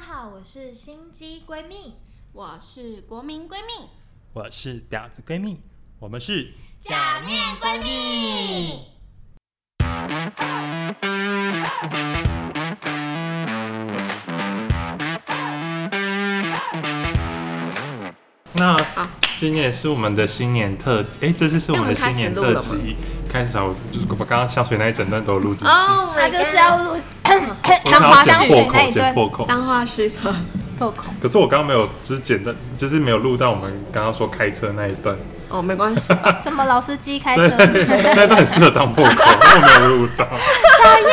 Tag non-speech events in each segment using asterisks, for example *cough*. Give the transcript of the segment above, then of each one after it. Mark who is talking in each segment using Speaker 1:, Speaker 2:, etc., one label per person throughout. Speaker 1: 好，我是心机闺蜜，
Speaker 2: 我是国民闺蜜，
Speaker 3: 我是婊子闺蜜，我们是
Speaker 1: 假面闺蜜。
Speaker 3: 那今年也是我们的新年特，哎、这次是我们的新年特
Speaker 2: 哎我们
Speaker 3: 辑。开始啊，我就是我刚刚香水那一整段都有录进去，
Speaker 2: 哦，
Speaker 1: 她就是要
Speaker 2: *coughs*
Speaker 1: 录
Speaker 3: 我
Speaker 1: 当
Speaker 3: 想要
Speaker 1: 花
Speaker 3: 剪
Speaker 1: 香
Speaker 3: 破
Speaker 1: 水那
Speaker 3: 口，
Speaker 1: 一
Speaker 3: 剪
Speaker 1: 段
Speaker 3: 破口。
Speaker 2: 当花
Speaker 3: *laughs*
Speaker 2: 絮，
Speaker 1: 破口。
Speaker 3: 可是我刚刚没有，就是简单，就是没有录到我们刚刚说开车那一段，
Speaker 2: 哦，没关
Speaker 3: *laughs*
Speaker 2: 系，
Speaker 1: 什么老司机开
Speaker 3: 对，
Speaker 1: 车？
Speaker 3: 那一段很适合当破口，我没有录到。讨厌。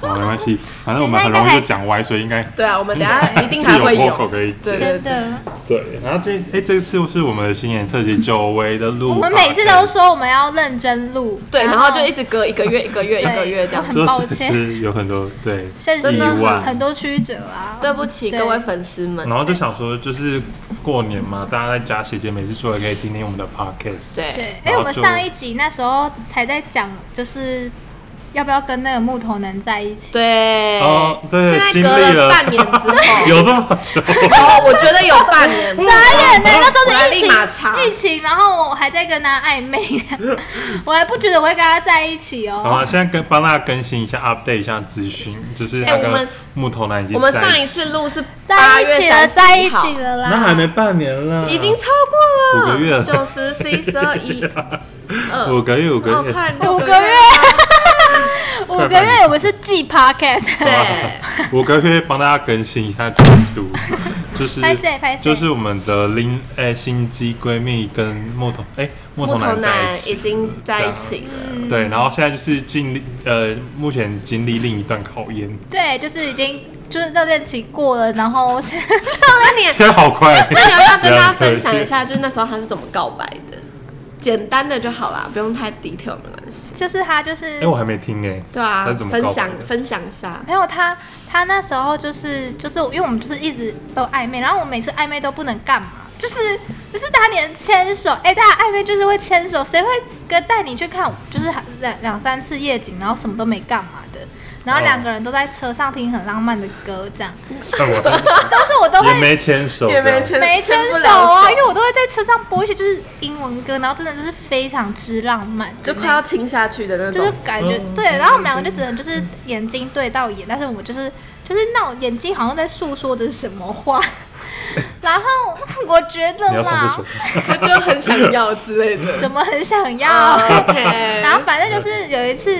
Speaker 3: 好，没关系，反正我们很容易就讲歪，所以应该
Speaker 2: 对啊，我们等一
Speaker 3: *laughs*
Speaker 2: 下一定还
Speaker 3: 是
Speaker 2: 会
Speaker 3: 有破口
Speaker 2: 有，
Speaker 3: 可以
Speaker 2: 对
Speaker 1: 真
Speaker 3: 剪。
Speaker 1: 的，
Speaker 3: 对，然后这哎，这次是我们的新年特辑，久违的录。
Speaker 1: 我们每次都说我们要认真录，
Speaker 2: 对，然后就一直隔一个月，一个月，一个月这样。
Speaker 1: 很抱
Speaker 3: 就是
Speaker 1: 歉
Speaker 3: 是有很多对
Speaker 1: 甚至
Speaker 3: 意
Speaker 1: 很很
Speaker 3: 外，
Speaker 1: 多曲折啊。
Speaker 2: 对不起，
Speaker 1: 对
Speaker 2: 各位粉丝们
Speaker 3: 然，后就想说，就是过年嘛，大家在家时间没事做，也可以听听我们的 podcast。
Speaker 2: 对，
Speaker 1: 对，
Speaker 3: 然
Speaker 1: 哎，
Speaker 3: 后
Speaker 1: 我们
Speaker 3: 就
Speaker 1: 上一集那时候才在讲，就是要不要跟那个木头男在一起。
Speaker 2: 对
Speaker 3: 哦，对，经
Speaker 2: 现在隔
Speaker 3: 历
Speaker 2: 了半年之后，
Speaker 3: *laughs* 有这么久，
Speaker 2: *laughs* 哦，我觉得有
Speaker 1: *laughs*
Speaker 2: 半年，
Speaker 1: 傻眼呢、那时候
Speaker 2: 我要
Speaker 1: 是疫
Speaker 2: 立马查
Speaker 1: 情，疫情，然后我还在跟他暧
Speaker 3: *laughs*
Speaker 1: 昧，我还不觉得我会跟他在一起
Speaker 3: 好
Speaker 1: 哦。
Speaker 3: 啊，现在跟帮大家更新一下，update 一下资讯，就是那
Speaker 2: 哎我
Speaker 3: 个
Speaker 2: 们
Speaker 3: 木头男已经
Speaker 2: 我们
Speaker 3: 在
Speaker 2: 上
Speaker 3: 一
Speaker 2: 一
Speaker 3: 起
Speaker 2: 次录是
Speaker 1: 在
Speaker 2: 八
Speaker 1: 一起
Speaker 2: 月
Speaker 1: 了，
Speaker 2: 三
Speaker 1: 在一起，了啦！
Speaker 3: 那还没半年了，
Speaker 2: 已经超过了
Speaker 3: 五个月了
Speaker 2: 九十 C 十二一
Speaker 3: 五个月，五个
Speaker 2: 哦，
Speaker 3: 月，
Speaker 2: 快
Speaker 1: 五
Speaker 2: 六
Speaker 1: 个
Speaker 2: 个月
Speaker 1: 月，五个月，我们是季 podcast，
Speaker 3: 啊
Speaker 2: 对，
Speaker 3: 五个月帮大家更新一下进
Speaker 2: *laughs*
Speaker 3: 度，就是
Speaker 1: 拍谁拍谁
Speaker 3: 就是我们的林哎、心机闺蜜跟木头哎、木头
Speaker 2: 木头
Speaker 3: 男在
Speaker 2: 男
Speaker 3: 一
Speaker 2: 已
Speaker 3: 起，
Speaker 2: 经在一起了，
Speaker 3: 对，然后现在就是经历呃目前经历另一段考验，
Speaker 1: 对，就是已经就是热恋期过了，然后
Speaker 2: *laughs*
Speaker 1: 是。
Speaker 2: 那你
Speaker 3: 天好快，
Speaker 2: 那你要不啊要跟大家分享一下，就是那时候他是怎么告白的？简单的就好啦，不用太 detail，没关系
Speaker 1: 就是他就
Speaker 3: 哎、
Speaker 1: 是
Speaker 3: 我还没听哎、
Speaker 2: 对啊
Speaker 3: 他是怎，么
Speaker 2: 分
Speaker 3: 搞
Speaker 2: 享
Speaker 3: 的
Speaker 2: 分享一下。
Speaker 1: 没有他，他那时候就是就是因为我们就是一直都暧昧，然后我每次暧昧都不能干嘛，就是就是他连牵手，哎、大家暧昧就是会牵手，谁会跟带你去看就是两两三次夜景，然后什么都没干嘛的，然后
Speaker 3: 哦
Speaker 1: 两个人都在车上听很浪漫的歌，
Speaker 3: *laughs*
Speaker 1: 这样，
Speaker 3: 那我
Speaker 1: 就是我都
Speaker 3: 也
Speaker 1: 会。
Speaker 3: 没牵
Speaker 2: *laughs*
Speaker 3: 手，
Speaker 2: 也没
Speaker 3: 这样
Speaker 2: 牵
Speaker 1: 没牵
Speaker 2: 不
Speaker 1: 手
Speaker 2: 了
Speaker 1: 啊，
Speaker 2: 手
Speaker 1: 因为我都会在车上播一些就是英文歌，然后真的就是非常之浪漫，
Speaker 2: 就快要亲下去的那
Speaker 1: 就是
Speaker 2: 种，
Speaker 1: 感觉
Speaker 3: 嗯
Speaker 1: 对，然后我们两个就只能就是眼睛对到眼，但是我们就是就是那种眼睛好像在诉说着什么
Speaker 3: *laughs*
Speaker 1: 话。然后我觉得
Speaker 3: 你要上
Speaker 1: 啦
Speaker 3: 厕所，，
Speaker 2: 他 *laughs* 就很想要之类 *laughs* 的。
Speaker 1: 什么很想要，
Speaker 2: 啊 OK，
Speaker 1: 然后反正就是有一次，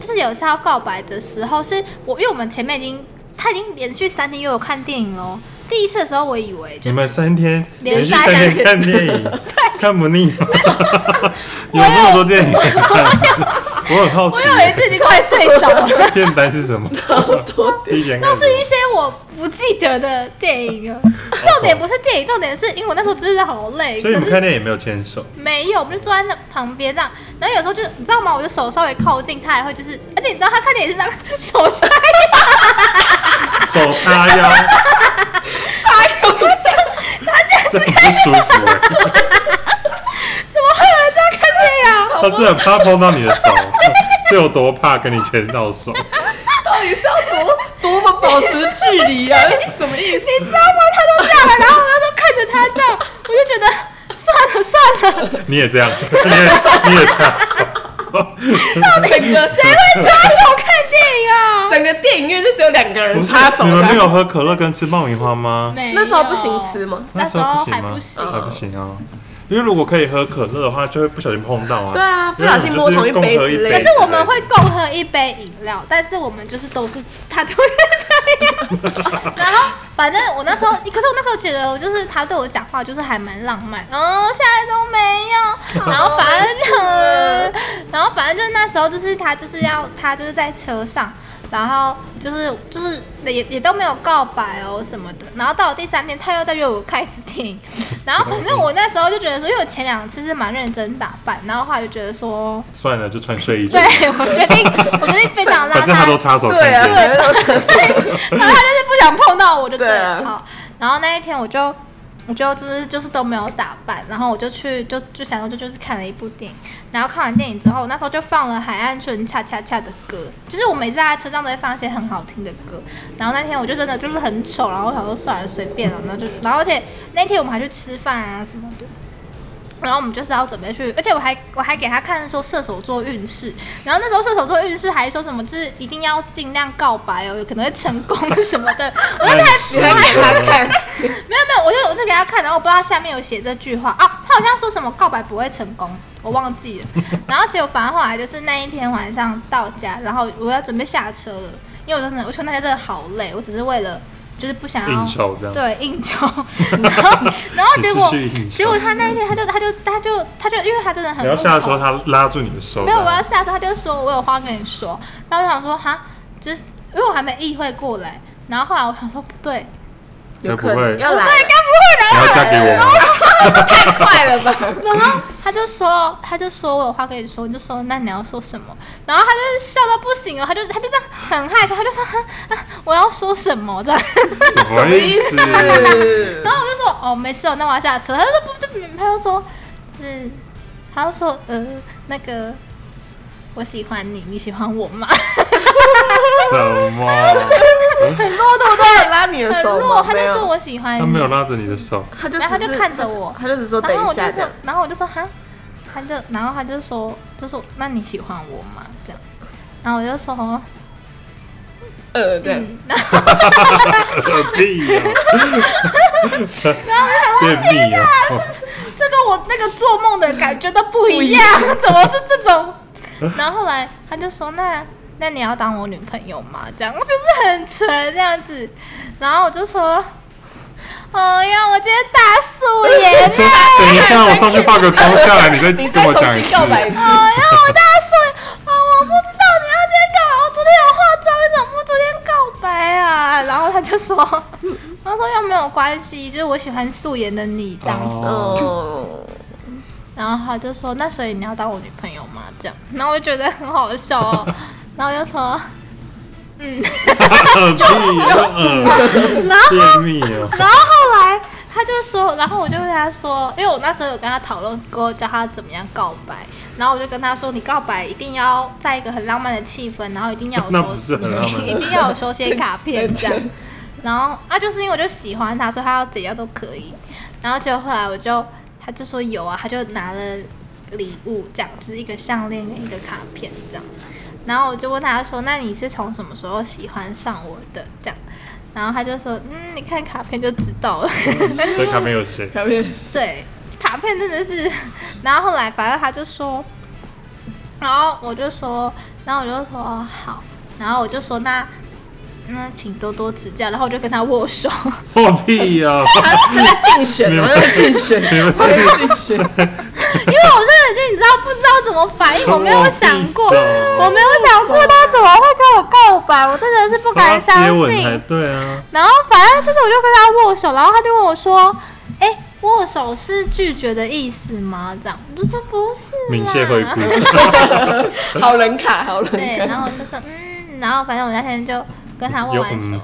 Speaker 1: 就是有一次要告白的时候，是我因为我们前面已经他已经连续三天约我看电影喽。第一次的时候我以为就
Speaker 3: 你
Speaker 1: 是
Speaker 3: 们三天
Speaker 1: 连
Speaker 3: 连续
Speaker 1: 杀
Speaker 3: 三
Speaker 1: 三
Speaker 3: 天看电影，看不腻吗？有
Speaker 1: 我有
Speaker 3: 那么多电影可以看， *laughs* 我很好奇
Speaker 1: 我，有一次已经快睡着了，
Speaker 3: 片单是什么？
Speaker 2: 多
Speaker 3: 第一点
Speaker 1: 都
Speaker 3: 看什么
Speaker 1: 是一些我不记得的电影了。啊
Speaker 2: 哦
Speaker 1: 重点不是电影，重点是因为我那时候真的好累，
Speaker 3: 所以
Speaker 1: 可
Speaker 3: 你们
Speaker 1: 是
Speaker 3: 看电影也没有牵手，
Speaker 1: 没有，我们就坐在那旁边这样。然后有时候就你知道吗？我的手稍微靠近，他还会就是，而且你知道他看电影是这样手插
Speaker 3: 手叉腰，
Speaker 1: 他竟然是
Speaker 3: 这很不舒服欸。
Speaker 1: 怎么会有人这样看电影啊？
Speaker 3: 他是很怕碰到你的手，是有多怕跟你牵到手？
Speaker 2: 多么保持距离啊？什么意思？
Speaker 1: 你知道吗？他都这样了，然后我那时候看着他这样，我就觉得。算了算了，
Speaker 3: 你也这样，你也你也插手，
Speaker 2: *laughs* 整个
Speaker 1: 谁会插手看电影啊？
Speaker 2: 整个电影院就只有两个人
Speaker 3: 不是
Speaker 2: 插手啊
Speaker 3: 你们没
Speaker 2: 的。
Speaker 3: 有喝可乐跟吃爆米花吗？
Speaker 1: 没有
Speaker 2: *laughs* 那时候不行吃，吗？
Speaker 1: 那时候还不
Speaker 3: 那时
Speaker 1: 行
Speaker 3: 候吗，还不行啊。因为如果可以喝可乐的话，就会不小心碰到啊。
Speaker 2: 对啊
Speaker 3: 因为你们就是
Speaker 2: 不小心摸同一杯
Speaker 3: 共喝
Speaker 2: 之类的
Speaker 1: 可
Speaker 2: 可
Speaker 1: 是我们会共喝一杯饮料，但是我们就是都是他都是这
Speaker 2: *laughs*
Speaker 1: 样。然后反正我那时候，可是我那时候觉得，我就是他对我讲话就是还蛮浪漫，哦，现在都没
Speaker 2: *laughs*
Speaker 1: 有。然后反正，然后反正就是那时候就是他就是要他就是在车上。然后就是就是也也都没有告白哦什么的，然后到了第三天，他又在约我开始听，然后反正我那时候就觉得说，因为我前两次是蛮认真打扮，然后后来就觉得说，
Speaker 3: 算了，就穿睡衣就
Speaker 1: *laughs*
Speaker 3: 好。
Speaker 1: 对，我决
Speaker 3: *laughs*
Speaker 1: 定，我决定非常邋遢。
Speaker 3: 反正他都插手看
Speaker 2: 对啊，
Speaker 3: 电影，
Speaker 2: 对 *laughs*
Speaker 1: 然后他就是不想碰到我就对
Speaker 2: 对啊
Speaker 1: 了。好，然后那一天我就我就就是就是都没有打扮，然后我就去就就想说就就是看了一部电影，然后看完电影之后，那时候就放了海岸村恰恰恰的歌，其实我每次在车上都会放一些很好听的歌，然后那天我就真的就是很丑，然后我想说算了随便了，然后就然后而且那天我们还去吃饭啊什么的。然后我们就是要准备去，而且我还我还给他看说射手座运势，然后那时候射手座运势还说什么就是一定要尽量告白哦，有可能会成功什么
Speaker 3: *laughs*
Speaker 1: 的，我就太
Speaker 3: 你还给他看？
Speaker 1: *laughs* 没有没有，我就我就给他看，然后我不知道下面有写这句话啊，他好像说什么告白不会成功，我忘记了。然后结果反正后来就是那一天晚上到家，然后我要准备下车了，因为我真的我说那天真的好累，我只是为了就是不想要
Speaker 3: 应酬这样
Speaker 1: 对应酬， *laughs* 然后然后结果
Speaker 3: 只是去应酬
Speaker 1: 结果他那一天他就他就他就他就因为他真的很
Speaker 3: 你要下的
Speaker 1: 的
Speaker 3: 时候，他拉住你的手。
Speaker 1: 没有，我要下车，他就说我有话跟你说。然后我想说哈，就是因为我还没意会过来。然后后来我想说不对，
Speaker 3: 该
Speaker 2: 有
Speaker 3: 不
Speaker 2: 可
Speaker 3: 会
Speaker 2: 能
Speaker 3: 你
Speaker 2: 要来了，
Speaker 3: 要嫁给我吗？
Speaker 2: 太快了吧？
Speaker 1: 然后他就说他就说我有话跟你说，你就说那你要说什么？然后他就笑到不行哦，他就他就这样很害羞，他就说、哈啊、我要说什么这样。
Speaker 3: 什么意思？
Speaker 2: 是
Speaker 1: 然后我就说哦没事哦，那我要下车。他就说不不，不他就说嗯，他就说呃那个我喜欢你，你喜欢我
Speaker 2: *laughs*
Speaker 1: 吗？
Speaker 3: 什么？
Speaker 2: 很弱的，我都想拉你的
Speaker 1: 很
Speaker 2: 手
Speaker 1: 弱，
Speaker 2: 吗？
Speaker 1: 他就
Speaker 2: 没
Speaker 1: 说
Speaker 2: 有，
Speaker 1: 我喜欢你，
Speaker 3: 他没有拉着你的手，
Speaker 2: 他就
Speaker 1: 然后他就
Speaker 2: 只是
Speaker 1: 看着我
Speaker 2: 他就只说等
Speaker 1: 然后
Speaker 2: 一
Speaker 1: 我就
Speaker 2: 下
Speaker 1: 说
Speaker 2: 的，，
Speaker 1: 然后我就说哈，他就，然后他就说，就说那你喜欢我吗？这样，然后我就说，
Speaker 2: 呃，对，
Speaker 1: 嗯，然后
Speaker 3: *laughs* 何必啊 *laughs* 呀？便秘啊！
Speaker 1: 这跟我那个做梦的感觉都不一样， *laughs* 怎么是这种？然后后来他就说，那那你要当我女朋友吗？这样，我就是很纯这样子，然后我就说。哎呀，我今天大素 *laughs* 颜
Speaker 3: *laughs* 说
Speaker 1: 啊！
Speaker 3: 等一下，我上去报个妆下来，你再
Speaker 2: 你
Speaker 3: 跟
Speaker 2: 再
Speaker 3: 我
Speaker 2: 重
Speaker 3: 讲一
Speaker 2: 新告白一
Speaker 3: 次。 *laughs*
Speaker 2: 次，
Speaker 1: 哎呀，我大睡啊！我不知道你要今天干嘛，我昨天有化妆，你怎么不昨天告白啊？然后他就说，他说又没有关系，就是我喜欢素颜的你这样子。
Speaker 3: 哦，
Speaker 2: 哦，
Speaker 1: 然后他就说，那所以你要当我女朋友吗？这样，然后我就觉得很好笑 *laughs* 哦。然后又说，嗯，
Speaker 3: 何
Speaker 2: *laughs*
Speaker 3: 必呀？
Speaker 1: 然后
Speaker 3: 哦嗯 *laughs* 便秘啊！
Speaker 1: *laughs* 然后后来他就说，然后我就跟他说，因为我那时候有跟他讨论过，教他怎么样告白。然后我就跟他说，你告白一定要在一个很浪漫的气氛，然后一定要有
Speaker 3: 那
Speaker 1: 手
Speaker 3: 不是很浪漫
Speaker 1: 一定要有手写卡片这样。然后啊，就是因为我就喜欢他，所以他要怎样都可以。然后结果后来我就，他就说有啊，他就拿了礼物这样，就是一个项链跟一个卡片这样。然后我就问他说：“那你是从什么时候喜欢上我的？”这样，然后他就说：“嗯，你看卡片就知道了。 *laughs*
Speaker 3: 所以他没有 *laughs* 谁。
Speaker 2: 小面，”
Speaker 1: 对，卡片真的是。然后后来，反正他就说，然后我就说，然后我就说哦好，然后我就说那那请多多指教，然后我就跟他握手。 *laughs*
Speaker 3: 何必呀？
Speaker 2: 他在竞选，他在竞选，
Speaker 3: 你们
Speaker 2: 他在竞选，
Speaker 1: 因为我真的就你知道不知道怎么反应，我没有想过，
Speaker 3: *laughs* 我闭手
Speaker 1: 我没有想过他怎么会跟我告白，我真的是不敢
Speaker 3: *laughs* 他接
Speaker 1: 相
Speaker 3: 吻才
Speaker 1: 信。
Speaker 3: 对
Speaker 1: *laughs*
Speaker 3: 啊！
Speaker 1: 然后反正就是我就跟他握手，然后他就问我说：“哎、握手是拒绝的意思吗？”这样我就说不是啦，
Speaker 3: 敏谢回顾，
Speaker 2: 好人卡，好人
Speaker 1: 对，然
Speaker 2: 卡，
Speaker 1: 后我就说嗯，然后反正我那天就跟他握完手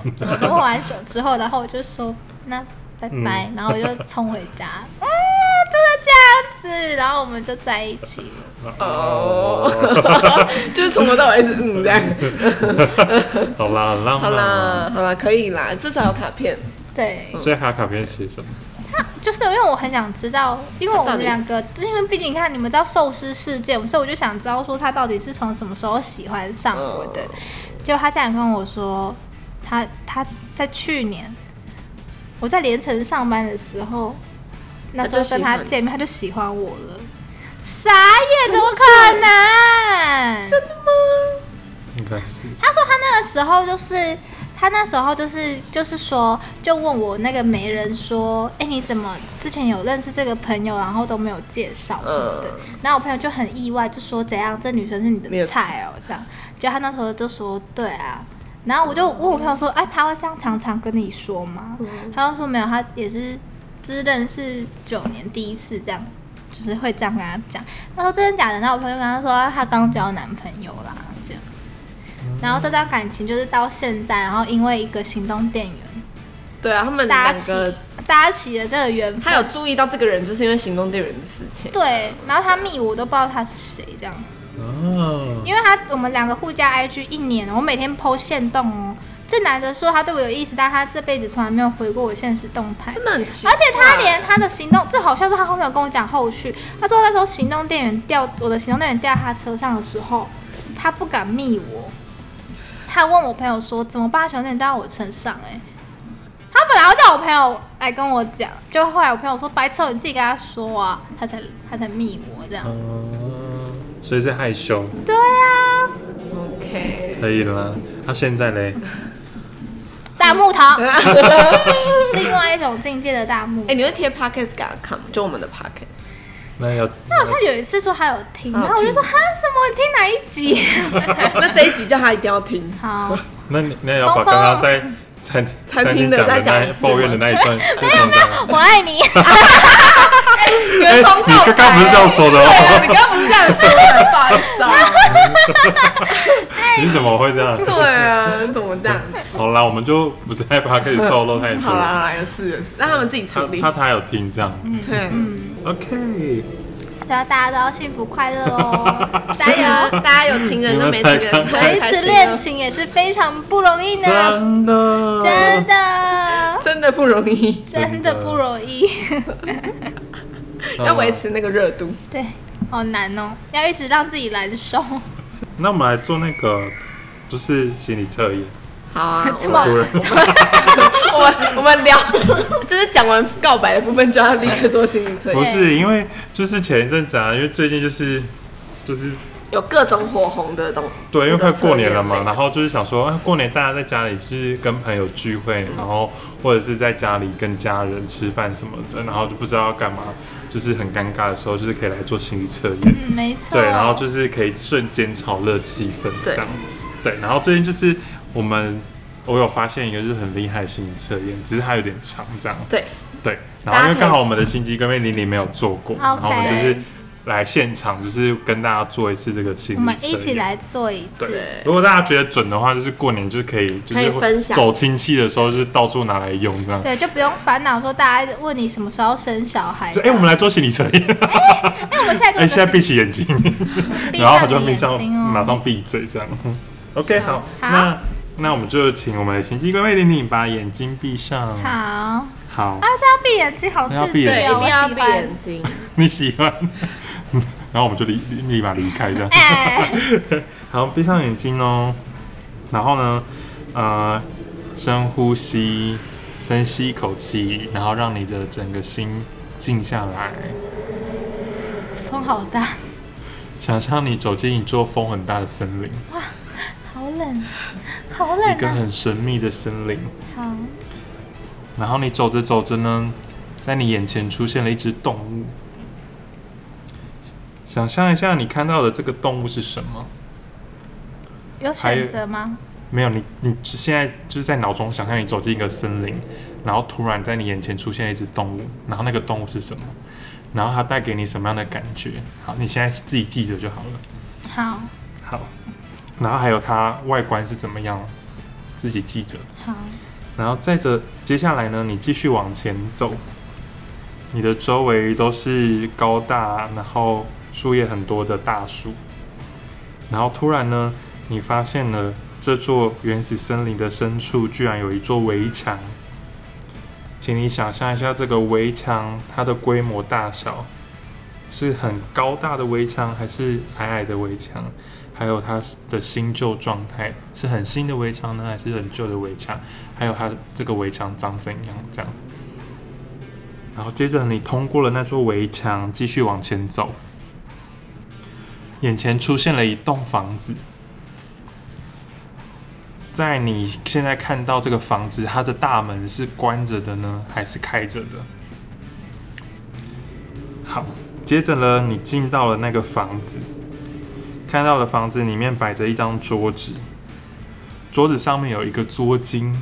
Speaker 1: 我
Speaker 3: 有，
Speaker 1: 握完手之后，然后我就说那拜拜，然后我就冲回家， *laughs* 啊，就是这样子，然后我们就在一起了。
Speaker 2: *laughs* 哦，就是从头到尾一直嗯这样，
Speaker 3: *laughs* 好啦，很浪
Speaker 2: 好
Speaker 3: 漫啊。
Speaker 2: 啦，好啦，可以啦，至少有卡片，
Speaker 1: 对，
Speaker 3: 所以他卡片写什么？
Speaker 1: 就是因为我很想知道，因为我
Speaker 2: 到
Speaker 1: 们
Speaker 2: 底
Speaker 1: 两个，因为毕竟你看你们知道寿司事件，所以我就想知道说他到底是从什么时候喜欢上我的。结果他竟然跟我说，他他在去年我在连城上班的时候，那时候跟他见面，他就喜欢我了。傻眼，怎么可能？
Speaker 2: 真的吗？
Speaker 3: 应该是
Speaker 1: 他说他那个时候就是，他那时候就是就是说，就问我那个媒人说，哎、你怎么之前有认识这个朋友，然后都没有介绍什么的？然后我朋友就很意外，就说怎样，这女生是你
Speaker 2: 没
Speaker 1: 的
Speaker 2: 有
Speaker 1: 菜哦、这样。结果他那时候就说，对啊。然后我就问我朋友说，哎、他会这样常常跟你说吗？
Speaker 2: 嗯
Speaker 1: 他就说没有，他也是，就是认识九年第一次这样，就是会这样跟他讲。他说真的假的？然后我朋友就跟他说，啊他刚交男朋友啦，这
Speaker 2: 嗯
Speaker 1: 样。然后这段感情就是到现在，然后因为一个行动电源，
Speaker 2: 对啊，他们
Speaker 1: 搭
Speaker 2: 两
Speaker 1: 起
Speaker 2: 个
Speaker 1: 搭起了这个缘分。
Speaker 2: 他有注意到这个人，就是因为行动电源的事情。
Speaker 1: 对，然后他密我都不知道他是谁这样，
Speaker 3: 哦，
Speaker 1: 因为他我们两个互加 IG 一年，我每天 PO 线动哦。这男的说他对我有意思，但他这辈子从来没有回过我现实动态。
Speaker 2: 真的很奇怪，
Speaker 1: 而且他连他的行动，最好笑是他后面有跟我讲后续，他说那时候行动电源掉，我的行动电源掉在他车上的时候，他不敢密我，他问我朋友说怎么办，行动电源掉在我身上、欸，哎，他本来要叫我朋友来跟我讲，就后来我朋友说白痴哦，你自己跟他说啊，他才他才密我这样，
Speaker 3: 哦，所以是害羞，
Speaker 2: 嗯
Speaker 1: 对啊，
Speaker 2: OK，
Speaker 3: 可以啦。他、现在嘞，
Speaker 1: 大木头， *laughs* 另外一种境界的大木
Speaker 2: 哎、，你会贴 Pocket 给他看吗？就我们的 Pocket，
Speaker 3: 那要
Speaker 1: 他好像有一次说他有听，
Speaker 2: 他有
Speaker 1: 然后我就说
Speaker 2: 听
Speaker 1: 哈什么，你听哪一集？
Speaker 2: *laughs* *laughs* 那这一集叫他一定要 *laughs* 听。
Speaker 1: 好。
Speaker 3: 那你那要
Speaker 1: 芳
Speaker 3: 把
Speaker 1: 芳
Speaker 3: 刚刚在餐
Speaker 2: *laughs* 餐
Speaker 3: 餐
Speaker 2: 厅
Speaker 3: 厅
Speaker 2: 的
Speaker 3: 讲
Speaker 2: 再
Speaker 3: 的
Speaker 2: 讲一
Speaker 3: 那
Speaker 2: 次
Speaker 3: 抱怨的
Speaker 2: 吗
Speaker 3: 那一段，再重
Speaker 1: *laughs*
Speaker 3: 讲一次。
Speaker 1: 我爱你，
Speaker 3: 哎，
Speaker 2: 你
Speaker 3: 你刚刚不是这样说的
Speaker 2: 对啊，
Speaker 3: 哦？
Speaker 2: 你刚刚不是这样说的，不好意思啊。
Speaker 3: *laughs* 你怎么会
Speaker 2: *laughs*
Speaker 3: 这
Speaker 2: *laughs*
Speaker 3: 样？
Speaker 2: 对啊，怎么这样？
Speaker 3: 好啦，我们就不再把它可以透露太多。
Speaker 2: 好啦，好啦，有事有事，让他们自己
Speaker 3: 他
Speaker 2: 处理嗯
Speaker 3: 他。他有听这样
Speaker 2: 对，
Speaker 3: ，OK，
Speaker 1: 希望大家都要幸福快乐哦，加油！
Speaker 2: 大家有情人跟没情人，
Speaker 3: 你们才
Speaker 1: 维
Speaker 2: 开
Speaker 1: 持
Speaker 2: 心
Speaker 1: 恋
Speaker 2: 了
Speaker 1: 情也是非常不容易呢，
Speaker 3: 真的，
Speaker 1: 真的，
Speaker 2: 真的不容易，
Speaker 1: 真的不容易， *laughs*
Speaker 3: 好啦
Speaker 2: 要维。持那个热度。
Speaker 1: 对，好难哦，要一直让自己燃烧，
Speaker 3: 那我们来做那个，就是心理测验。
Speaker 2: 好啊，
Speaker 1: 这么
Speaker 3: 突然，
Speaker 2: 我们我们聊， *laughs* 就是讲完告白的部分就要立刻做心理测
Speaker 3: *laughs* 不
Speaker 2: 验，
Speaker 3: 是因为就是前一阵子啊，因为最近就是就是
Speaker 2: 有各种火红的东西。
Speaker 3: 对，因为
Speaker 2: 那个
Speaker 3: 快过年了
Speaker 2: 策
Speaker 3: 嘛，
Speaker 2: 略
Speaker 3: 然后就是想说，啊，过年大家在家里就是跟朋友聚会，然后或者是在家里跟家人吃饭什么的，然后就不知道要干嘛，就是很尴尬的时候，就是可以来做心理测验。
Speaker 1: 嗯，没错，
Speaker 3: 对，然后就是可以瞬间炒热气氛这
Speaker 2: 哦对
Speaker 3: 样。对，然后最近就是我们我有发现一个就是很厉害的心理测验，只是它有点长这样。
Speaker 2: 对，
Speaker 3: 对，然
Speaker 2: 大家
Speaker 3: 后因为
Speaker 2: 可以
Speaker 3: 刚好我们的心机跟妹玲玲没有做过，然后我们就是来现场就是跟大家做一次这个心理
Speaker 1: 我们
Speaker 3: 测
Speaker 1: 一起
Speaker 3: 验。
Speaker 1: 来做一次，
Speaker 3: 对，如果大家觉得准的话，就是过年就可以，就
Speaker 2: 可以
Speaker 3: 是
Speaker 2: 分享
Speaker 3: 走亲戚的时候，就是到处拿来用这样。
Speaker 1: 对，就不用烦恼说大家问你什么时候生小孩
Speaker 3: 就，哎、我们来做心理测验。
Speaker 1: 哎，我们现在做
Speaker 3: 哎、
Speaker 1: 一
Speaker 3: 现在
Speaker 1: 个
Speaker 3: 闭
Speaker 1: 是
Speaker 3: 起眼睛，
Speaker 1: 闭
Speaker 3: 然后他
Speaker 1: 上
Speaker 3: 就
Speaker 1: 你
Speaker 3: 闭
Speaker 1: 眼
Speaker 3: 上，
Speaker 1: 睛
Speaker 3: 马
Speaker 1: 哦，
Speaker 3: 上闭嘴这样。OK，好，那那我们就请我们的行机闺妹玲玲把眼睛闭上。
Speaker 1: 好，啊，
Speaker 3: 好，
Speaker 1: 是要闭眼睛，好刺
Speaker 3: 要
Speaker 1: 激
Speaker 3: 闭眼
Speaker 2: 对，
Speaker 1: 哦，
Speaker 2: 一定要
Speaker 1: 我喜
Speaker 2: 闭
Speaker 1: 欢
Speaker 2: 眼睛。
Speaker 3: 你喜欢， *laughs* 然后我们就立立立马离开这样。
Speaker 1: 哎，
Speaker 3: *laughs* 好，闭上眼睛哦。然后呢，呃，深呼吸，深吸一口气，然后让你的整个心静下来。
Speaker 1: 风好大，
Speaker 3: 想象你走进一座风很大的森林，
Speaker 1: 好冷，好
Speaker 3: 一
Speaker 1: 冷
Speaker 3: 个
Speaker 1: 啊，
Speaker 3: 很神秘的森林。
Speaker 1: 好。
Speaker 3: 然后你走着走着呢，在你眼前出现了一只动物。想象一下，你看到的这个动物是什么？
Speaker 1: 有选择吗？
Speaker 3: 没有，你你现在就是在脑中想象你走进一个森林，然后突然在你眼前出现了一只动物，然后那个动物是什么？然后它带给你什么样的感觉？好，你现在自己记着就好了。
Speaker 1: 好
Speaker 3: 好，然后还有它外观是怎么样，自己记着。
Speaker 1: 好，
Speaker 3: 然后再者，接下来呢，你继续往前走，你的周围都是高大，然后树叶很多的大树。然后突然呢，你发现了这座原始森林的深处居然有一座围墙，请你想象一下这个围墙它的规模大小，是很高大的围墙还是矮矮的围墙？还有它的新旧状态，是很新的围墙呢，还是很旧的围墙？还有它这个围墙长怎样这样。然后接着你通过了那座围墙，继续往前走，眼前出现了一栋房子。在你现在看到这个房子，它的大门是关着的呢，还是开着的？好，接着呢，你进到了那个房子，看到了房子里面摆着一张桌子，桌子上面有一个桌巾，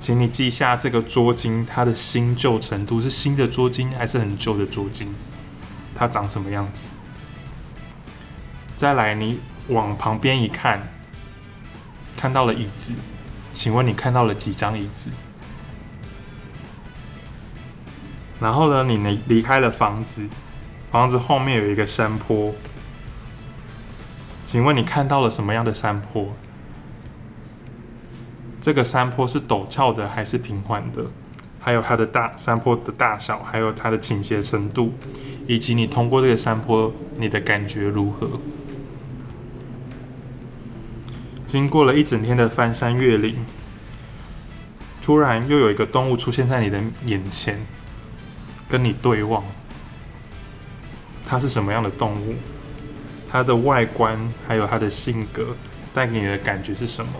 Speaker 3: 请你记下这个桌巾它的新旧程度，是新的桌巾还是很旧的桌巾？它长什么样子？再来，你往旁边一看，看到了椅子，请问你看到了几张椅子？然后呢，你离离开了房子，房子后面有一个山坡，请问你看到了什么样的山坡？这个山坡是陡峭的还是平缓的？还有它的大山坡的大小，还有它的倾斜程度，以及你通过这个山坡，你的感觉如何？经过了一整天的翻山越岭，突然又有一个动物出现在你的眼前，跟你对望。它是什么样的动物？它的外观还有它的性格带给你的感觉是什么？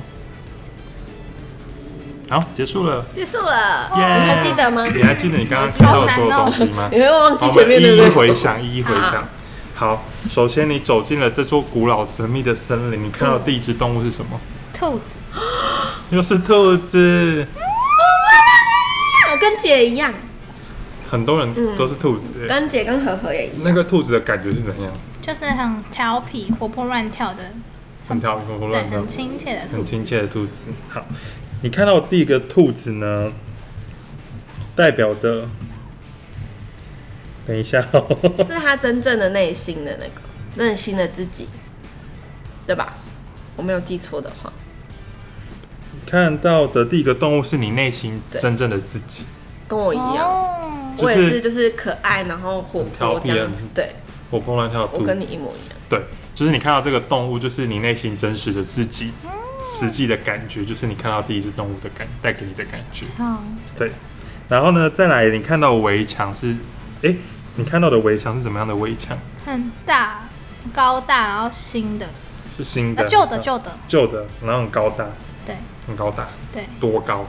Speaker 3: 好，结束了。
Speaker 2: 结束了，
Speaker 3: 耶
Speaker 2: 你哦还记得吗？
Speaker 3: 你还记得你刚刚看到的所有东西吗？
Speaker 2: 你会忘
Speaker 3: 好
Speaker 2: 记
Speaker 3: 我
Speaker 2: 前
Speaker 3: 们
Speaker 2: 面
Speaker 3: 一
Speaker 2: 的
Speaker 3: 一
Speaker 2: 人？
Speaker 3: 回想，一一回想
Speaker 2: 好。
Speaker 3: 好，首先你走进了这座古老神秘的森林，你看到第一只动物是什么？
Speaker 1: 兔子，
Speaker 3: 又是兔子。
Speaker 2: 我哦跟姐一样，
Speaker 3: 很多人都是兔子、欸
Speaker 2: 嗯跟姐跟和和也一样。
Speaker 3: 那个兔子的感觉是怎样？
Speaker 1: 就是很调皮、活泼乱跳的，
Speaker 3: 很跳，活
Speaker 1: 对，
Speaker 3: 泼乱跳
Speaker 1: 很，亲切的兔
Speaker 3: 很
Speaker 1: 子。
Speaker 3: 亲切的兔子。好，你看到第一个兔子呢，代表的，等一下、哦， *laughs*
Speaker 2: 是他真正的内心的那个内心的自己，对吧？我没有记错的话，
Speaker 3: 看到的第一个动物是你内心
Speaker 2: 对
Speaker 3: 真正的自己。
Speaker 2: 跟我一样，
Speaker 1: 哦，
Speaker 3: 就是
Speaker 2: 我也是就是可爱，然后活泼这样
Speaker 3: 很调皮
Speaker 2: 子
Speaker 3: 啊。
Speaker 2: 对，
Speaker 3: 活泼乱跳的
Speaker 2: 我
Speaker 3: 兔
Speaker 2: 跟你
Speaker 3: 子，
Speaker 2: 一模一样。
Speaker 3: 对，就是你看到这个动物，就是你内心真实的自己，
Speaker 1: 嗯
Speaker 3: 实际的感觉，就是你看到第一只动物的感带给你的感觉。
Speaker 1: 好，
Speaker 3: 对，然后呢，再来你看到围墙是，诶，你看到的围墙是怎么样的围墙？
Speaker 1: 很大、高大，然后新的、
Speaker 3: 是新的嗯
Speaker 1: 呃、、旧的、旧的，
Speaker 3: 旧的，然后很高大，
Speaker 1: 对
Speaker 3: 很高大，
Speaker 1: 对，
Speaker 3: 多高？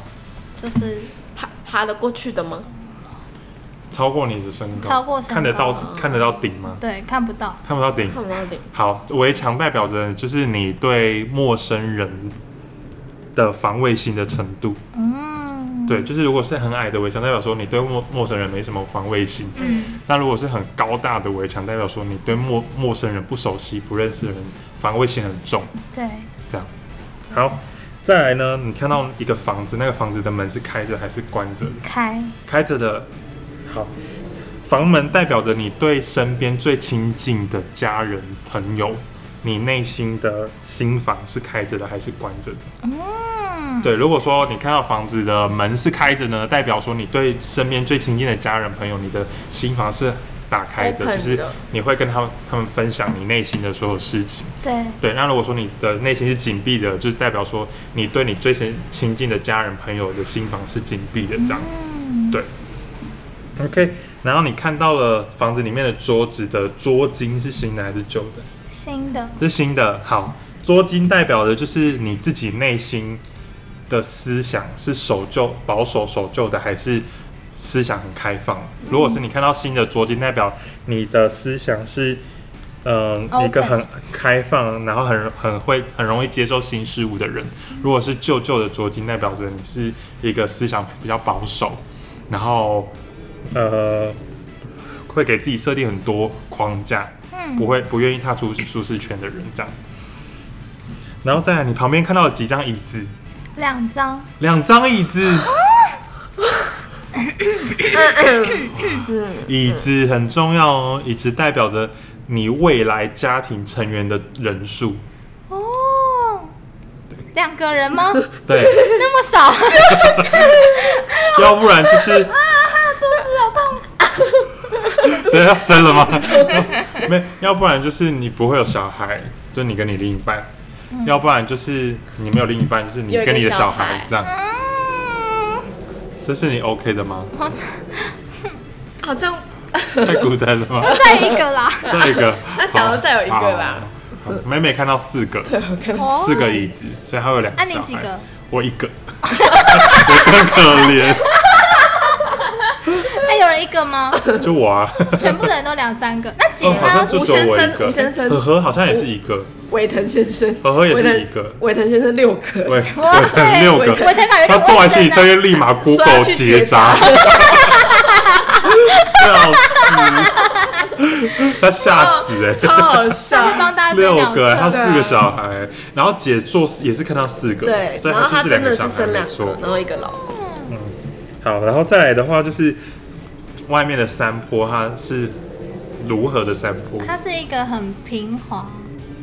Speaker 1: 就是
Speaker 2: 爬爬得过去的吗？
Speaker 3: 超过你的身高，
Speaker 1: 超过身高
Speaker 3: 看得到看得到顶吗？
Speaker 1: 对看不到，
Speaker 3: 看不到顶。
Speaker 2: 看不到顶，
Speaker 3: 好，围墙代表着就是你对陌生人的防卫心的程度。
Speaker 1: 嗯，
Speaker 3: 对，就是如果是很矮的围墙，代表说你对陌陌生人没什么防卫心；
Speaker 1: 嗯，
Speaker 3: 那如果是很高大的围墙，代表说你对陌陌生人不熟悉、不认识的人防卫心很重。
Speaker 1: 对，
Speaker 3: 这样。好，再来呢，你看到一个房子，那个房子的门是开着还是关着的？
Speaker 1: 开，
Speaker 3: 开着的。好，房门代表着你对身边最亲近的家人、朋友，你内心的心房是开着的还是关着的？
Speaker 1: 嗯，
Speaker 3: 对，如果说你看到房子的门是开着呢，代表说你对身边最亲近的家人朋友，你的心房是打开的，
Speaker 2: Open
Speaker 3: 就是
Speaker 2: 的
Speaker 3: 你会跟他们他们分享你内心的所有事情。
Speaker 1: 对，
Speaker 3: 对，那如果说你的内心是紧闭的，就是代表说你对你最亲亲近的家人朋友的心房是紧闭的这样。
Speaker 1: 嗯，
Speaker 3: 对 OK，然后你看到了房子里面的桌子的桌巾是新的还是旧的？
Speaker 1: 新的，
Speaker 3: 是新的。好，捉襟代表的就是你自己内心的思想是守旧、保守、守旧的，还是思想很开放？如果是你看到新的捉襟，代表你的思想是。嗯、
Speaker 1: Open
Speaker 3: 一个很开放，然后很很会很容易接受新事物的人。如果是旧旧的捉襟，代表着你是一个思想比较保守，然后呃会给自己设定很多框架，不
Speaker 1: 嗯，
Speaker 3: 会不愿意踏出舒适圈的人这样。然后再来，你旁边看到了几张椅子，
Speaker 1: 两张，
Speaker 3: 两张椅子，椅子很重要哦，椅子代表着你未来家庭成员的人数。
Speaker 1: 哦，两个人
Speaker 3: *laughs*
Speaker 1: 吗？
Speaker 3: 对，
Speaker 1: 那么少，
Speaker 3: *laughs* 要不
Speaker 2: *laughs* 啊
Speaker 3: 然就是 *laughs* 这要生了吗？没，要不然就是你不会有小孩，就你跟你另一半；要不然就是你没有另一半，就是你
Speaker 2: 嗯有一个
Speaker 3: 跟你的小
Speaker 2: 小
Speaker 3: 孩
Speaker 2: 孩
Speaker 3: 这样。
Speaker 1: 嗯，
Speaker 3: 这是你 OK 的吗？ *laughs*
Speaker 2: 好像
Speaker 3: 太孤单了
Speaker 2: *laughs*
Speaker 3: 吗？
Speaker 1: 再一个啦，
Speaker 3: 再一个，
Speaker 2: 那想要再有一个啦
Speaker 3: 好。好好美美看到四个，
Speaker 2: *laughs*
Speaker 1: 哦
Speaker 3: *laughs* 四个椅子，所以还有两
Speaker 1: 啊
Speaker 3: 个。
Speaker 1: 你几个？
Speaker 3: 我一个，我更可怜，
Speaker 1: 那有人一个吗？
Speaker 3: 就我啊。
Speaker 1: 全部的人都两三
Speaker 3: *laughs*
Speaker 1: 个，那姐
Speaker 3: 哦，好
Speaker 1: 呢
Speaker 3: 像？就
Speaker 2: 吴
Speaker 3: 只有我一
Speaker 2: 先
Speaker 3: 个。
Speaker 2: 啊生吴先生
Speaker 3: 和和好像也是一个，
Speaker 2: 伟腾先生，
Speaker 3: 和和也
Speaker 2: 伟
Speaker 3: 是
Speaker 2: 腾
Speaker 3: 一个
Speaker 2: 伟腾先生六
Speaker 3: *laughs*
Speaker 2: 个，
Speaker 3: 对，
Speaker 1: 哇
Speaker 3: 我
Speaker 1: 塞，
Speaker 3: 才六
Speaker 1: 我
Speaker 3: 个。
Speaker 1: 才感觉
Speaker 3: 他做完心理测
Speaker 1: 生，
Speaker 3: 验，立马
Speaker 2: 说要
Speaker 3: Google
Speaker 2: 去
Speaker 3: 结
Speaker 2: 结
Speaker 3: 扎
Speaker 2: 扎。
Speaker 3: *laughs* 笑死，他吓死哎、
Speaker 2: 超好笑
Speaker 1: 他。是
Speaker 3: *laughs*
Speaker 1: 帮大家追
Speaker 3: 六
Speaker 1: 辆
Speaker 3: 个、
Speaker 1: 车
Speaker 3: 他
Speaker 1: 的，
Speaker 3: 四个小孩，然后姐做也是看到四个，
Speaker 2: 对，
Speaker 3: 所以
Speaker 2: 然后
Speaker 3: 她
Speaker 2: 他
Speaker 3: 就是两
Speaker 2: 真的是
Speaker 3: 个小孩，
Speaker 2: 生
Speaker 3: 没
Speaker 2: 两
Speaker 3: 错
Speaker 2: 个，。然后一个老公，
Speaker 3: 好，然后再来的话就是外面的山坡，它是如何的山坡？
Speaker 1: 它是一个很平缓、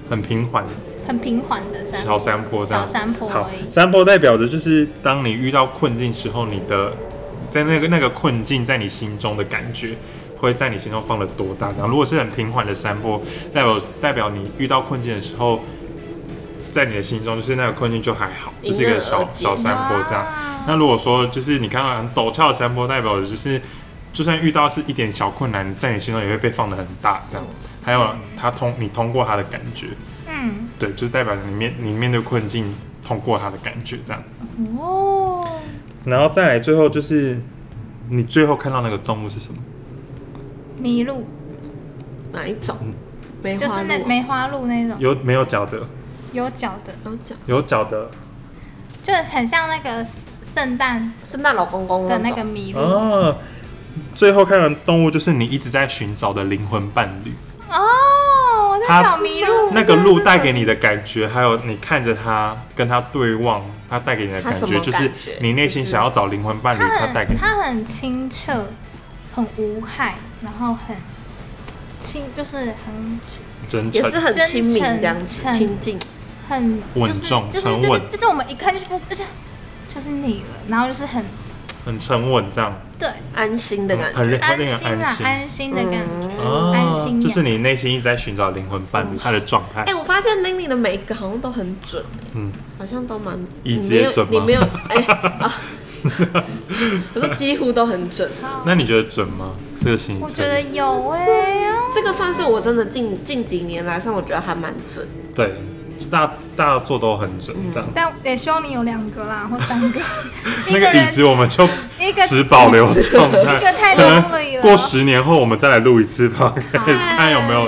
Speaker 3: 很平缓，
Speaker 1: 很平缓的山，
Speaker 3: 小山坡这样。
Speaker 1: 小山坡而已
Speaker 3: 好，山坡代表着就是当你遇到困境时候，你的在那个那个困境在你心中的感觉。会在你心中放了多大？然后如果是很平缓的山坡，代表代表你遇到困境的时候，在你的心中就是那个困境就还好，就是一
Speaker 2: 迎
Speaker 3: 个
Speaker 2: 刃而
Speaker 3: 小
Speaker 2: 解
Speaker 3: 小山坡这样
Speaker 1: 哇。
Speaker 3: 那如果说就是你看到很陡峭的山坡，代表的就是就算遇到是一点小困难，在你心中也会被放得很大这样。还有他通你通过他的感觉，
Speaker 1: 嗯，
Speaker 3: 对，就是代表你面你面对困境通过它的感觉这样。
Speaker 1: 哦，
Speaker 3: 然后再来最后就是你最后看到那个动物是什么？
Speaker 1: 麋鹿
Speaker 2: 哪一种？
Speaker 3: 嗯
Speaker 2: 梅
Speaker 1: 就
Speaker 2: 花
Speaker 1: 是那
Speaker 2: 鹿。
Speaker 1: 梅花鹿那种
Speaker 3: 有没有脚的？
Speaker 1: 有脚的，
Speaker 2: 有讲
Speaker 3: 有脚的
Speaker 1: 就很像那个圣诞
Speaker 2: 圣诞老公公
Speaker 1: 的那
Speaker 2: 那
Speaker 1: 个
Speaker 2: 种，
Speaker 1: 麋鹿哦
Speaker 3: 哦。最后看到的动物就是你一直在寻找的灵魂伴侣，
Speaker 1: 我哦在
Speaker 3: 它
Speaker 1: 找麋鹿，
Speaker 3: 那个鹿带给你的感觉，还有你看着它跟它对望，它带给你的
Speaker 2: 它
Speaker 3: 感
Speaker 2: 什
Speaker 3: 觉，
Speaker 2: 么
Speaker 3: 就是
Speaker 2: 感觉
Speaker 3: 你内心
Speaker 2: 就是
Speaker 3: 想要找灵魂伴侣，
Speaker 1: 它
Speaker 3: 它带
Speaker 1: 很
Speaker 3: 给你的。
Speaker 1: 嗯它很清澈，很无害，然后很清，就是很
Speaker 3: 真
Speaker 2: 也
Speaker 3: 诚
Speaker 2: 是很
Speaker 1: 真
Speaker 2: 亲民
Speaker 1: 诚
Speaker 2: 这样子，
Speaker 1: 诚
Speaker 2: 亲近。
Speaker 1: 很
Speaker 3: 稳
Speaker 1: 就是
Speaker 3: 重
Speaker 1: 就是
Speaker 3: 沉
Speaker 1: 就
Speaker 3: 稳
Speaker 1: 是就是我们一看就觉得，而且就是你了，然后就是很
Speaker 3: 很沉稳，这样
Speaker 1: 对
Speaker 2: 安心的感
Speaker 3: 很
Speaker 2: 觉。
Speaker 3: 令
Speaker 1: 安
Speaker 3: 哎令人
Speaker 1: 心啊
Speaker 3: 安，心。
Speaker 1: 安心的感觉。
Speaker 2: 嗯
Speaker 3: 哦
Speaker 1: 安心啊呀
Speaker 3: 就是你内心一直在寻找灵魂伴侣，他的状态
Speaker 2: 哎、。我发现 l i n y 的每一个好像都很准，欸
Speaker 3: 嗯，
Speaker 2: 好像都蛮
Speaker 3: 一
Speaker 2: 你
Speaker 3: 节
Speaker 2: 没有
Speaker 3: 准吗
Speaker 2: 你没有
Speaker 3: *laughs*
Speaker 2: 哎、啊，我说几乎都很准。
Speaker 3: *laughs* 那你觉得准吗？这个心理
Speaker 1: 我觉
Speaker 3: 测
Speaker 1: 得
Speaker 3: 验？
Speaker 1: 有哎、
Speaker 2: 这个算是我真的近近几年来算，我觉得还蛮准。
Speaker 3: 对，大大家做都很准，这样。
Speaker 1: 但也希望你有两个啦，或三
Speaker 3: *laughs*
Speaker 1: 个。一
Speaker 3: 那个
Speaker 1: 人
Speaker 3: 椅子我们就
Speaker 1: 一个
Speaker 3: 持保留状态，
Speaker 1: *laughs* 一个太
Speaker 3: 可
Speaker 1: lonely
Speaker 3: 能
Speaker 1: 了
Speaker 3: 过十年后我们再来录一次吧，
Speaker 1: 哎
Speaker 3: 看有没有，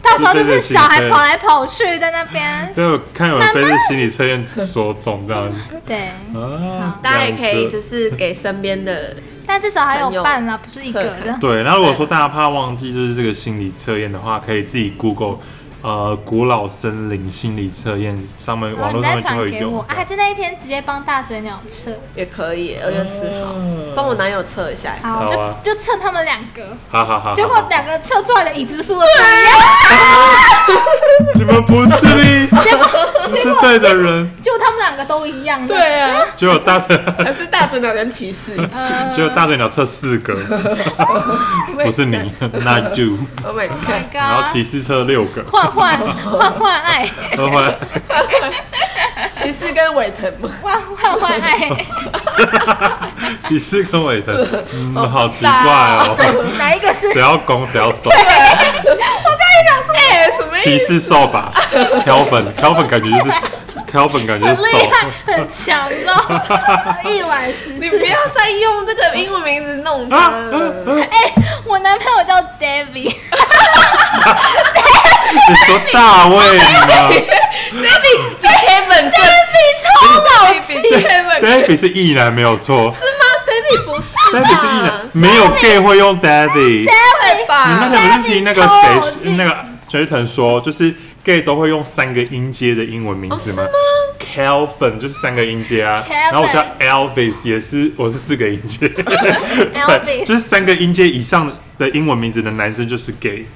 Speaker 1: 到时候就是小孩跑来跑去在那边。
Speaker 3: 对，看有没有被这心理测验所中这样。
Speaker 1: 对，
Speaker 3: 啊，
Speaker 2: 大家也可以
Speaker 3: 这
Speaker 2: 就
Speaker 3: 样子
Speaker 2: 是给身边的，
Speaker 1: 但至少还有伴啦，不是一个
Speaker 2: 很
Speaker 1: 的。
Speaker 3: 对。那如果说大家怕忘记就是这个心理测验的话，可以自己 Google。呃，古老森林心理测验上面
Speaker 1: 然
Speaker 3: 网
Speaker 1: 后
Speaker 3: 络
Speaker 1: 哦你再
Speaker 3: 上面就
Speaker 1: 传
Speaker 3: 会
Speaker 1: 给
Speaker 3: 有
Speaker 1: 我，啊，还是那一天直接帮大嘴鸟测，
Speaker 2: 也可以。二月四号，帮我男友测一下。
Speaker 1: 好，
Speaker 3: 好啊
Speaker 1: 就就测他们两个，
Speaker 3: 好啊好好，
Speaker 1: 结
Speaker 3: 好
Speaker 1: 果
Speaker 3: 好
Speaker 1: 两个测出来的椅子数都不一样，
Speaker 3: 你们不是你，你是对的人，
Speaker 1: 结果他们两个都一样。
Speaker 2: 对啊，
Speaker 3: 结果大嘴，
Speaker 2: 还是大嘴鸟跟骑士一起。
Speaker 1: 嗯
Speaker 3: 结果大嘴鸟测
Speaker 1: *laughs*
Speaker 3: 四个，不是你，那 you，
Speaker 2: Oh my
Speaker 1: Oh
Speaker 2: god！
Speaker 3: 然后
Speaker 1: ，My God，
Speaker 3: 骑士测六个，
Speaker 1: 换换换换爱，
Speaker 3: 然后后来
Speaker 2: 骑士跟伟腾吗？
Speaker 1: 换换换爱，
Speaker 3: 骑士跟韦德，嗯，好奇怪哦，
Speaker 1: 哪一个是
Speaker 3: 谁要攻谁要守，
Speaker 2: *laughs* 哎，什么
Speaker 3: 骑
Speaker 2: 意思？
Speaker 3: 士受吧，Kelvin Kelvin 感觉就是 Kelvin 感觉就是
Speaker 1: 厉害
Speaker 3: 受，
Speaker 1: 很强，你知道
Speaker 3: *laughs*
Speaker 1: 吗？一晚十
Speaker 2: 你不
Speaker 1: 次。
Speaker 2: 要再用这个英文名字弄
Speaker 3: 啊
Speaker 2: 他
Speaker 3: 啊
Speaker 2: 了。
Speaker 3: 啊
Speaker 1: 哎、我男朋友叫 David，
Speaker 3: 你说大卫
Speaker 1: *laughs*
Speaker 3: 吗
Speaker 2: David 比 Kevin 更
Speaker 1: 超老气。
Speaker 2: 比 Kevin 更
Speaker 3: ？David 是异男没有错
Speaker 2: 是吗？David 不是吧
Speaker 3: ，David 是异
Speaker 1: 啊
Speaker 3: 男，没有 gay 会用 David。
Speaker 2: 对
Speaker 3: 你那
Speaker 2: 吧？
Speaker 3: 天不是听那个
Speaker 1: 超好
Speaker 3: 谁
Speaker 1: 记
Speaker 3: 那个水腾说，就是 gay 都会用三个音阶的英文名字吗
Speaker 2: 哦
Speaker 3: k e l v i n 就是三个音阶啊，
Speaker 1: Kelvin
Speaker 3: 然后我叫 Elvis 也是，我是四个音
Speaker 1: *laughs*
Speaker 3: 阶对，
Speaker 1: Elvis
Speaker 3: 就是三个音阶以上的英文名字的男生就是 gay，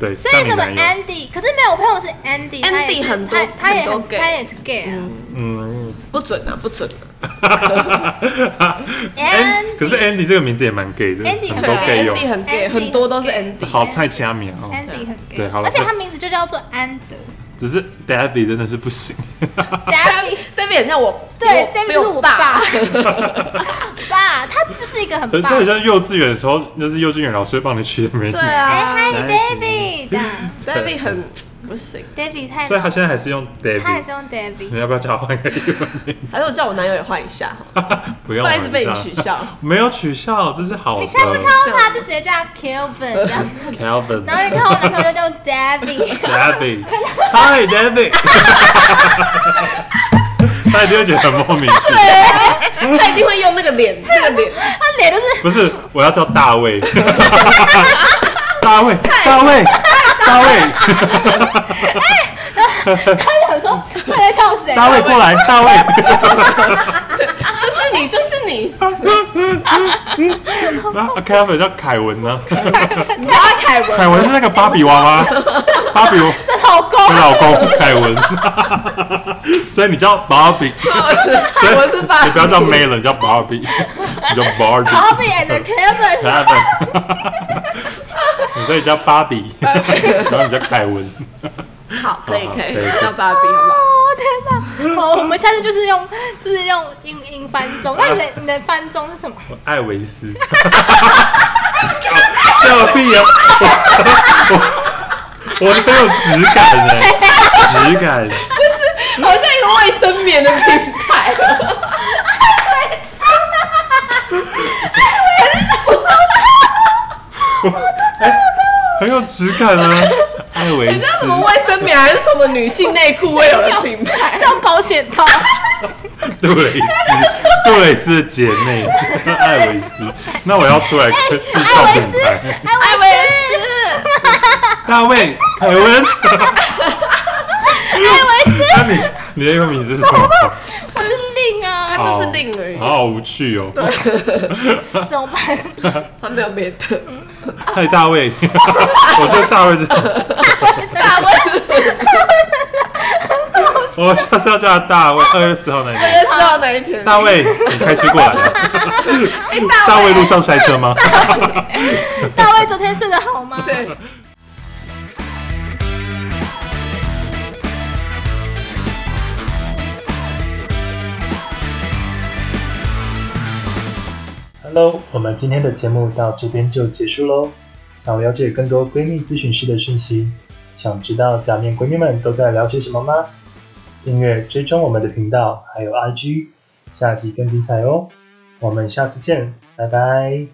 Speaker 3: 对，
Speaker 1: 所
Speaker 3: 当
Speaker 1: 以
Speaker 3: 你
Speaker 1: 什么
Speaker 3: 男友
Speaker 1: Andy，可是没有，我朋友是 Andy，他也
Speaker 2: Andy
Speaker 1: 是
Speaker 2: 很多
Speaker 1: 他他也
Speaker 2: 很多
Speaker 1: 很
Speaker 2: gay
Speaker 1: 他也是 gay 啊。
Speaker 3: 嗯，
Speaker 2: 不准啊，不准啊！
Speaker 3: *laughs*
Speaker 1: Andy
Speaker 3: 可是 Andy 这个名字也蛮 gay 的
Speaker 1: Andy
Speaker 3: 很
Speaker 1: 很
Speaker 3: 多 gay 用
Speaker 2: Andy 很 gay，
Speaker 1: Andy
Speaker 2: 很多都是
Speaker 1: 很
Speaker 2: Andy。
Speaker 3: 好菜掐米啊，哦
Speaker 1: Andy 很 gay，
Speaker 3: 对好了
Speaker 1: 而且他名字就叫做安德
Speaker 3: 只是 David 真的是不
Speaker 1: *laughs*
Speaker 3: 行，啊
Speaker 1: ，David，
Speaker 2: David 很像我，
Speaker 1: 对
Speaker 2: 我
Speaker 1: David
Speaker 2: 比我
Speaker 1: 是我爸，爸，他就是一个很
Speaker 3: 可是
Speaker 1: 棒
Speaker 3: 这。很像幼稚园的时候，就是幼稚园老师会帮你取的名字
Speaker 2: 对，啊
Speaker 1: 哎嗨 David，这样
Speaker 3: *laughs*
Speaker 2: ，David 很不行。
Speaker 1: David 太
Speaker 3: 哎所以他现在嗯还是用
Speaker 1: 他也
Speaker 3: David
Speaker 1: 是。用 David，
Speaker 3: 你要不要叫我换个英文
Speaker 2: *laughs*
Speaker 3: 名？
Speaker 2: 还是我叫我男友也换一下好了，不
Speaker 3: 不用，
Speaker 2: 然一直被你
Speaker 3: 我知道
Speaker 2: 取。笑。
Speaker 3: 没有取笑，这是好的
Speaker 1: 你。下次看到他就直接叫他 Kelvin 这样，然后
Speaker 3: Calvin
Speaker 1: 你看我男朋友就叫 David。 *laughs*
Speaker 3: *laughs* David，Hi David，他一定会觉得很莫名其妙。
Speaker 2: 他一定会用那个脸，那个脸，
Speaker 1: *laughs* 他脸就是
Speaker 3: 不是，我要叫大卫， *laughs* 大卫，大卫，大卫，
Speaker 1: 他就想说，他在叫谁？
Speaker 3: 大卫过来，大卫。
Speaker 2: 就是你，就是你，
Speaker 3: 那 Kevin 啊叫凯文呢？
Speaker 2: 你叫阿凯文，
Speaker 3: 凯文是那个芭比娃娃，芭比的
Speaker 1: 老公，
Speaker 3: 老公凯文， *laughs* 所以你叫芭比，
Speaker 2: 我是
Speaker 3: 所以
Speaker 2: *laughs* 我是爸
Speaker 3: 你不要叫 May 了，你叫芭比，你叫芭比，
Speaker 1: 然后 b and Kevin，
Speaker 3: Kevin，你所以叫芭比，然后你叫凯文，
Speaker 2: 好，可以
Speaker 3: 好好
Speaker 2: 可
Speaker 3: 可以
Speaker 2: 以叫芭比，好不好？
Speaker 1: 哦天哪！好，我们下次就是用就是用英英翻中。那你的你的翻中是什
Speaker 3: *laughs*
Speaker 1: 么？
Speaker 3: 我艾维斯，笑屁呀！我我我都有质感哎，质感。
Speaker 2: *laughs* 好像一个卫生棉的品牌， *laughs*
Speaker 3: 很有质感啊，艾维
Speaker 2: 你知
Speaker 3: 斯
Speaker 2: 道什么卫生棉还是什么女性内裤会有的品牌？哎
Speaker 1: 像保险
Speaker 2: *laughs*
Speaker 1: 套，
Speaker 3: *laughs* 杜蕾斯，杜蕾斯的姐妹 *laughs* 艾维斯。那我要出来制造品牌，
Speaker 1: 艾维斯，
Speaker 3: *laughs* 大卫凯文。
Speaker 1: 艾维斯，
Speaker 3: *laughs* 那你你的英文名字是什么？
Speaker 1: 我是令啊，
Speaker 2: 它就是另而已
Speaker 3: 好，好无趣哦。
Speaker 1: 怎么办？
Speaker 2: 它没有别的。
Speaker 3: 嗨，大卫， *laughs* 我觉得大卫是，
Speaker 2: 大卫
Speaker 3: *laughs* 我下次要叫他大卫。二月四号那一天，
Speaker 2: 二十号那一天，
Speaker 3: 大卫，你开车过来。大卫路上塞车吗？
Speaker 1: 大卫昨天睡得好吗？
Speaker 2: 对，
Speaker 4: Hello，我们今天的节目到这边就结束喽。想了解更多闺蜜咨询师的讯息，想知道假面闺蜜们都在聊些什么吗？订阅追踪我们的频道，还有 IG，下集更精彩哦。我们下次见，拜拜。